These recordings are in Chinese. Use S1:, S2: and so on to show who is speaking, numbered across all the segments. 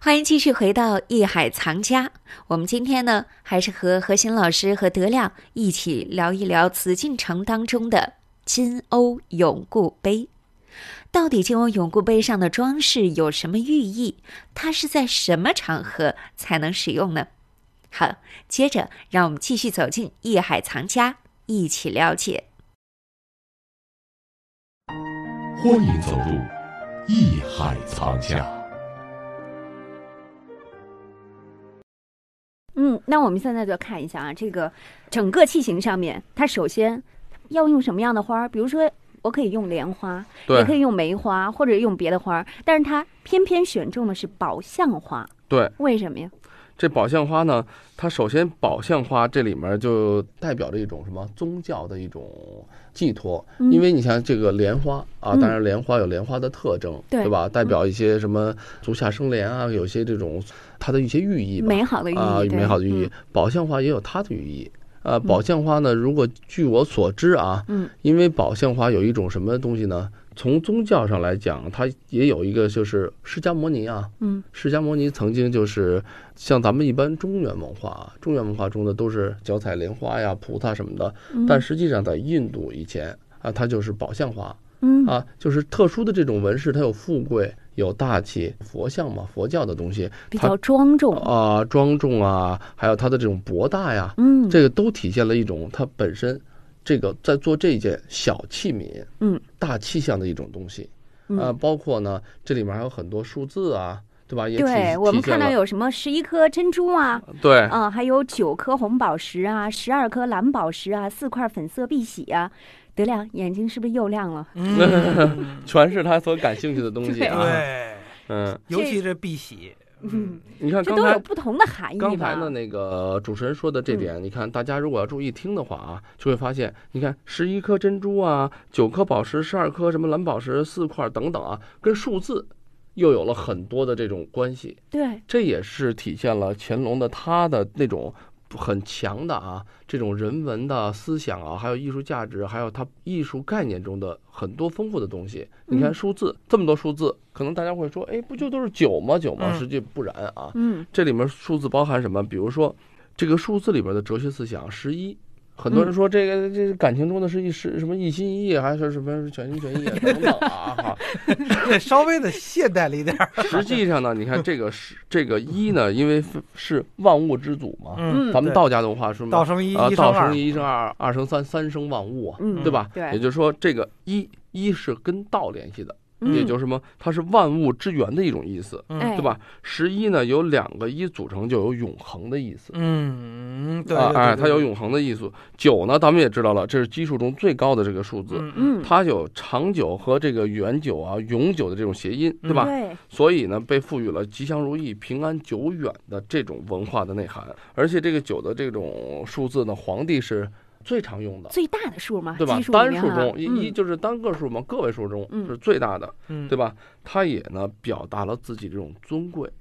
S1: 欢迎继续回到《艺海藏家》，我们今天呢，还是和何欣老师和德亮一起聊一聊紫禁城当中的金瓯永固杯。到底金瓯永固杯上的装饰有什么寓意？它是在什么场合才能使用呢？好，接着让我们继续走进《艺海藏家》，一起了解。
S2: 欢迎走入艺海藏家。
S3: 嗯，那我们现在就看一下啊，这个整个器型上面，它首先要用什么样的花儿？比如说，我可以用莲花，也可
S4: 对
S3: 以用梅花，或者用别的花儿，但是它偏偏选中的是宝相花，
S4: 对，
S3: 为什么呀？
S4: 这宝相花呢，它首先宝相花这里面就代表着一种什么宗教的一种寄托，
S3: 嗯
S4: 因为你像这个莲花啊，
S3: 嗯
S4: 当然莲花有莲花的特征，
S3: 对嗯
S4: 对吧？代表一些什么足下生莲啊，有些这种它的一些寓意吧。
S3: 美好的寓意，
S4: 啊，有
S3: 对嗯
S4: 美好的寓意。宝相花也有它的寓意。呃，宝相花呢，如果据我所知啊，
S3: 嗯，
S4: 因为宝相花有一种什么东西呢？从宗教上来讲，它也有一个就是释迦摩尼啊，
S3: 嗯，
S4: 释迦摩尼曾经就是像咱们一般中原文化，啊，中原文化中的都是脚踩莲花呀、菩萨什么的，
S3: 嗯
S4: 但实际上在印度以前啊，它就是宝相花，
S3: 嗯
S4: 啊，就是特殊的这种纹饰，它有富贵，有大气，佛像嘛，佛教的东西，
S3: 比
S4: 它
S3: 较庄重，
S4: 啊、庄重啊，还有它的这种博大呀，
S3: 嗯，
S4: 这个都体现了一种它本身这个在做这件小器皿，
S3: 嗯，
S4: 大气象的一种东西。
S3: 嗯
S4: 呃，包括呢，这里面还有很多数字啊，对吧？也体
S3: 对我们
S4: 体现
S3: 看到
S4: 了
S3: 有什么十一颗珍珠啊，
S4: 对
S3: 啊、还有九颗红宝石啊，十二颗蓝宝石啊，四块粉色碧玺啊。德亮眼睛是不是又亮了？嗯
S4: 全是他所感兴趣的东西啊。
S5: 对，
S4: 嗯，
S5: 尤其是碧玺，
S3: 嗯，
S4: 你看
S3: 这
S4: 刚
S3: 都有
S4: 才。
S3: 不同的含义吧？嗯
S4: 刚才的那个主持人说的这点，你看大家如果要注意听的话啊，就会发现，你看十一颗珍珠啊，九颗宝石，十二颗什么蓝宝石，四块等等啊，跟数字又有了很多的这种关系。
S3: 对，
S4: 这也是体现了乾隆的他的那种很强的啊这种人文的思想啊，还有艺术价值，还有他艺术概念中的很多丰富的东西。你看
S3: 嗯
S4: 数字这么多数字，可能大家会说，哎，不就都是九吗？九吗？
S5: 嗯
S4: 实际不然啊，
S3: 嗯
S4: 这里面数字包含什么？比如说这个数字里边的哲学思想，十一。很
S5: 嗯
S4: 多人说这个这个感情中的是一是什么一心一意，还是什么全心全意啊 等等啊哈，
S5: 对，稍微的现代了一点儿。
S4: 实际上呢，你看这个是这个一呢，因为是是万物之祖嘛，
S3: 嗯
S4: 咱们道家的话说
S5: 道
S4: 嘛，
S5: 生一，
S4: 啊，
S5: 一生
S4: 道
S5: 二
S4: 生，一，一生二，二生三，三生万物啊，
S3: 嗯，
S4: 对吧？
S3: 对
S4: 也就是说，这个一一是跟道联系的，
S3: 嗯
S4: 也就是什么，它是万物之源的一种意思，
S3: 哎
S4: 对吧？十一呢，有两个一组成，就有永恒的意思。
S5: 嗯，对，
S4: 啊，
S5: 对
S4: 哎，
S5: 对
S4: 它有
S5: 对
S4: 永恒的意思。九呢，咱们也知道了，这是基数中最高的这个数字，
S5: 嗯嗯
S3: 嗯，
S4: 它有长久和这个远久啊、永久的这种谐音，对
S5: 嗯
S4: 吧？
S3: 对，
S4: 所以呢，被赋予了吉祥如意、平安久远的这种文化的内涵。而且这个九的这种数字呢，皇帝是最常用的，
S3: 最大的数嘛，
S4: 对吧
S3: 基？数里
S4: 单
S3: 面
S4: 数
S3: 啊
S4: 中一一
S3: 嗯
S4: 就是单个数嘛，个位数中
S3: 嗯
S4: 是最大的，
S5: 嗯，
S4: 对吧？它也呢表达了自己这种尊贵、
S3: 嗯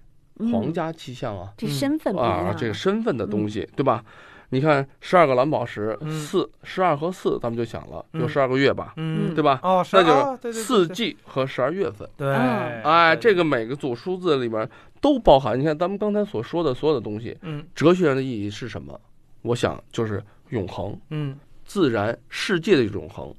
S4: 皇家气象啊
S3: 这
S5: 嗯
S3: 身份不一
S4: 啊
S3: 样
S4: 这个身份的东西，对吧？你看十二个蓝宝石，
S5: 嗯
S4: 四十二和四，咱们就想了，有
S5: 嗯
S4: 十二个月吧，
S5: 嗯，
S4: 对吧？
S5: 哦，
S4: 那
S5: 哦
S4: 就是
S5: 对对对
S4: 四
S5: 对
S4: G 和十二月份。
S5: 对，
S3: 嗯
S4: 哎，
S5: 对
S4: 这个每个组数字里面都包含。你看咱们刚才所说的所有的东西，
S5: 嗯
S4: 哲学上的意义是什么？我想就是永恒、
S5: 嗯
S4: 自然世界的永恒。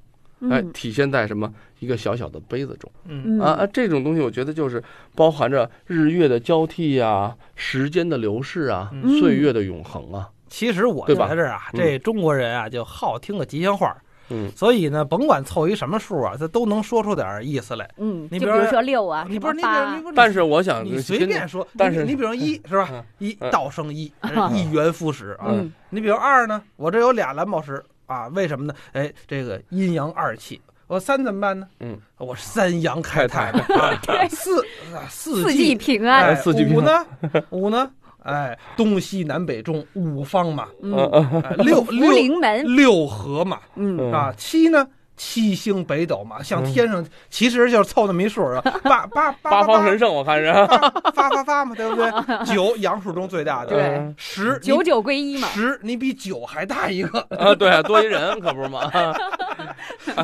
S4: 哎，
S3: 嗯
S4: 体现在什么？一个小小的杯子中
S5: 嗯
S3: 嗯
S4: 啊啊！这种东西我觉得就是包含着日月的交替呀、时间的流逝啊、
S3: 嗯
S4: 岁月的永恒啊。
S5: 其实我
S4: 对
S5: 觉
S4: 吧
S5: 着啊，
S4: 嗯
S5: 这中国人啊就好听个吉祥话儿，
S4: 嗯
S5: 所以呢，甭管凑一什么数啊，他都能说出点儿意思来。
S3: 嗯，
S5: 你
S3: 就比
S5: 比如
S3: 如
S5: 说
S3: 说六啊，
S5: 你
S3: 什
S5: 不是
S3: 么
S5: 你
S3: 八
S5: 得，
S3: 啊
S5: 你不是
S4: 但是我想，
S5: 你随便说，
S4: 但是
S5: 你你比如一是
S4: 嗯
S5: 吧？一
S4: 嗯
S5: 道生一
S3: 啊，
S5: 一元复始啊。
S3: 嗯
S5: 你比如二呢，我这有俩蓝宝石啊，为什么呢？哎，这个阴阳二气。我三怎么办呢？
S4: 嗯，
S5: 我三阳开泰。啊四啊四
S3: 四季平
S5: 哎
S3: 安，
S4: 四季平
S5: 五呢？五呢？哎，东西南北中五方 嘛，
S3: 嗯，
S5: 哎 六
S3: 福
S5: 六
S3: 临门，
S5: 六合嘛，
S3: 嗯
S4: 嗯
S5: 啊，七呢？七星北斗嘛，像天上其实就是凑那么一数 啊，八八
S4: 八
S5: 八
S4: 方神圣，我看是。啊
S5: 发发发发嘛，对不对？ 九阳数中最大 的，
S3: 对
S4: 嗯
S5: 十你
S3: 九九归一嘛，
S5: 十你比九还大一个，
S4: 啊，对啊，多一人可不是嘛。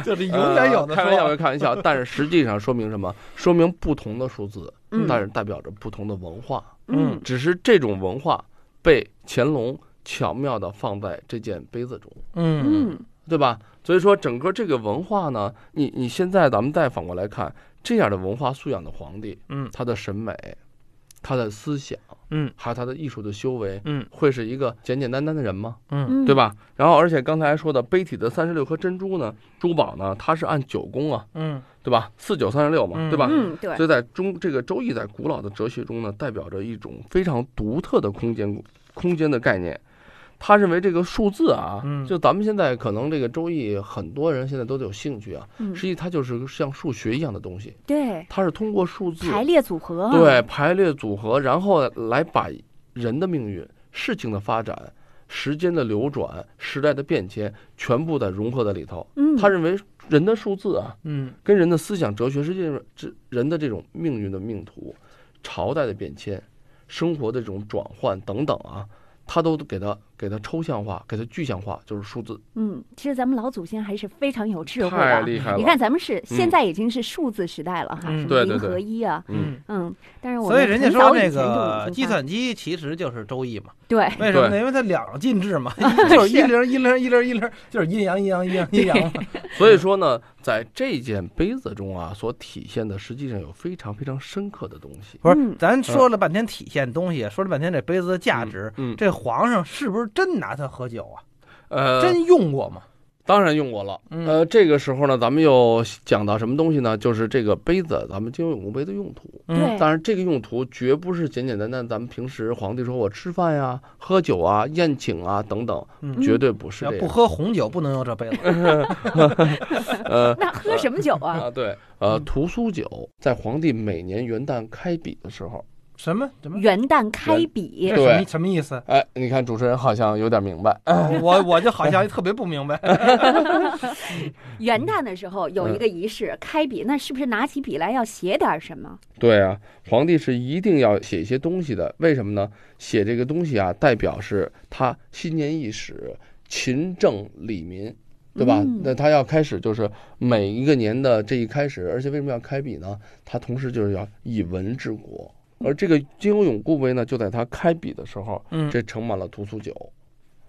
S5: 就是永远有
S4: 呃
S5: 的
S4: 开玩笑
S5: 说。
S4: 归开玩笑，但是实际上说明什么？说明不同的数字，
S3: 嗯
S4: 但是代表着不同的文化。
S5: 嗯
S4: 只是这种文化被乾隆巧妙地放在这件杯子中，
S5: 嗯
S3: 嗯
S4: 对吧？所以说，整个这个文化呢，你你现在咱们再反过来看，这样的文化素养的皇帝，
S5: 嗯
S4: 他的审美、他的思想，
S5: 嗯，
S4: 还有他的艺术的修为，
S5: 嗯
S4: 会是一个简简单单的人吗？
S5: 嗯
S3: 嗯，
S4: 对？吧？然后，而且刚才说的杯体的三十六颗珍珠呢，珠宝呢，它是按九宫啊，
S5: 嗯
S4: 对吧？四九三十六嘛，
S5: 嗯
S4: 对吧？
S3: 嗯，对，
S4: 所以在中这个《周易》在古老的哲学中呢，代表着一种非常独特的空间空间的概念。他认为这个数字啊，
S5: 嗯
S4: 就咱们现在可能这个《周易》，很多人现在都有兴趣啊。
S3: 嗯
S4: 实际它就是像数学一样的东西，
S3: 对，
S4: 它是通过数字
S3: 排列组合，啊
S4: 对，排列组合，然后来把人的命运、事情的发展、时间的流转、时代的变迁，全部在融合在里头。
S3: 嗯，
S4: 他认为人的数字啊，
S5: 嗯
S4: 跟人的思想哲学是这种这人的这种命运的命途、朝代的变迁、生活的这种转换等等啊，他都给它给它抽象化，给它具象化，就是数字，
S3: 嗯，其实咱们老祖先还是非常有智慧
S4: 太
S3: 的。啊
S4: 厉害了。
S3: 你看，咱们是现
S4: 嗯
S3: 在已经是数字时代了哈，
S5: 嗯
S3: 什么
S4: 对对
S3: 零
S4: 对
S3: 和一啊，
S4: 嗯，
S3: 嗯，但是我
S5: 所以
S3: 们
S5: 人家
S3: 很
S5: 说
S3: 早以前就已经
S5: 这个计
S3: 发
S5: 算机其实就是周易嘛，
S3: 对，
S5: 为什么呢？
S4: 对
S5: 因为它两进 制嘛，就是一零一零一零一零，就是阴阳阴阳阴阳阴阳
S3: 嗯
S5: 嘛。
S4: 所以说呢，在这件杯子中啊，所体现的实际上有非常非常深刻的东西。
S5: 不是
S3: 嗯，
S5: 咱说了半天体现东西，说了半天这杯子的价值，
S4: 嗯，
S5: 这皇上是不是真拿它喝酒啊？
S4: 呃，
S5: 真用过吗？
S4: 当然用过了。
S5: 嗯
S4: 呃，这个时候呢，咱们又讲到什么东西呢？就是这个杯子，咱们金永宫杯的用途。
S5: 嗯
S3: 对
S4: 当然，这个用途绝不是简简单单咱们平时皇帝说我吃饭呀、喝酒啊、宴请啊等等，
S5: 嗯
S4: 绝对不是
S5: 要
S4: 这
S5: 不
S4: 样。
S5: 喝红酒不能用这杯 子。
S4: 呃
S3: 那喝什么酒啊？
S4: 啊，对，呃，
S5: 嗯
S4: 屠苏酒在皇帝每年元旦开笔的时候，
S5: 什么什么？
S3: 元旦开笔
S5: 这
S4: 对
S5: 什么什么意思？
S4: 哎，你看主持人好像有点明白。
S5: 我我就好 像特别不明白。
S3: 元旦的时候
S4: 嗯
S3: 有一个仪式，开笔，那是不是拿起笔来要写点什么？
S4: 对啊，皇帝是一定要写一些东西的，为什么呢？写这个东西啊，代表是他新年伊始，勤政利民，对吧
S3: 嗯？
S4: 那、他要开始就是每一个年的这一开始，而且为什么要开笔呢？他同时就是要以文治国，而这个金欧永固杯呢，就在他开笔的时候，
S5: 嗯
S4: 这盛满了屠苏酒。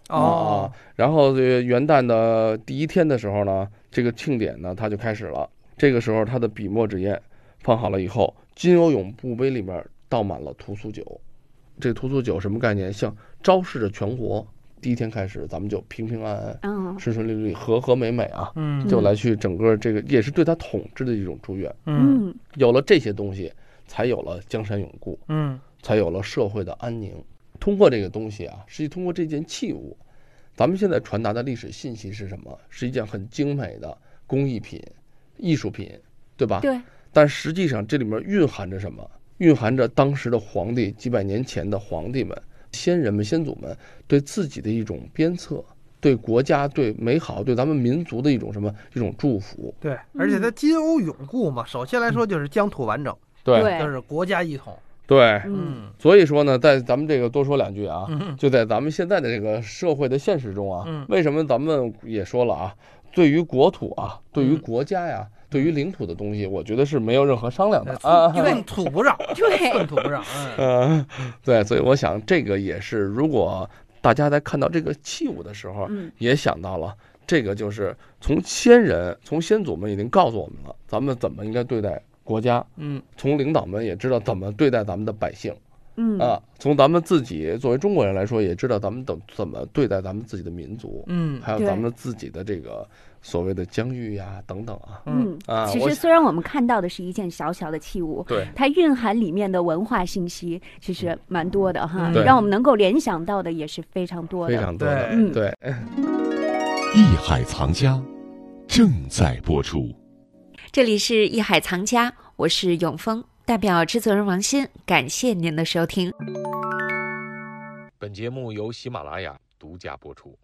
S5: 哦，
S4: 啊然后这个元旦的第一天的时候呢，这个庆典呢，它就开始了。这个时候，它的笔墨纸砚放好了以后，金瓯永布杯里面倒满了屠苏酒。这屠苏酒什么概念？像昭示着全国，第一天开始，咱们就平平安安、
S3: 嗯，
S4: 顺顺利利、和和美美啊，
S5: 嗯
S4: 就来去整个这个，也是对他统治的一种祝愿。
S5: 嗯
S3: 嗯，
S4: 有了这些东西，才有了江山永固。
S5: 嗯
S4: 才有了社会的安宁。通过这个东西啊，实际通过这件器物，咱们现在传达的历史信息是什么？是一件很精美的工艺品、艺术品，对吧？
S3: 对，
S4: 但实际上这里面蕴含着什么？蕴含着当时的皇帝几百年前的皇帝们、先人们、先祖们对自己的一种鞭策，对国家、对美好、对咱们民族的一种什么一种祝福。
S5: 对，而
S3: 嗯
S5: 且它金欧永固嘛，首先来说就是疆土完整，
S3: 对
S5: 就是国家一统。
S4: 对，
S3: 嗯，
S4: 所以说呢，在咱们这个多说两句啊，
S5: 嗯
S4: 就在咱们现在的这个社会的现实中啊，
S5: 嗯
S4: 为什么咱们也说了啊，对于国土啊，对于
S5: 嗯
S4: 国家呀、对于领土的东西，我觉得是没有任何商量的
S5: 呃
S4: 啊。
S5: 寸土不让，寸
S3: 对，
S5: 土不让。嗯
S4: 呃，对，所以我想这个也是，如果大家在看到这个器物的时候，
S3: 嗯，
S4: 也想到了这个，就是从先人、从先祖们已经告诉我们了，咱们怎么应该对待国家，
S5: 嗯
S4: 从领导们也知道怎么对待咱们的百姓。
S3: 嗯，
S4: 啊，从咱们自己作为中国人来说，也知道咱们怎怎么对待咱们自己的民族，
S5: 嗯
S4: 还有
S3: 对
S4: 咱们自己的这个所谓的疆域呀、等等啊。
S3: 嗯
S4: 啊
S3: 其
S4: 我
S3: 实虽然我们看到的是一件小小的器物，
S4: 对
S3: 它蕴含里面的文化信息其实蛮多的哈，
S5: 嗯
S4: 对
S3: 让我们能够联想到的也是非常多
S4: 非
S3: 的。嗯
S4: 常多的，
S5: 对
S4: 对，
S2: 艺海藏家正在播出。
S1: 这里是艺海藏家，我是永峰，代表制作人王鑫，感谢您的收听。
S6: 本节目由喜马拉雅独家播出。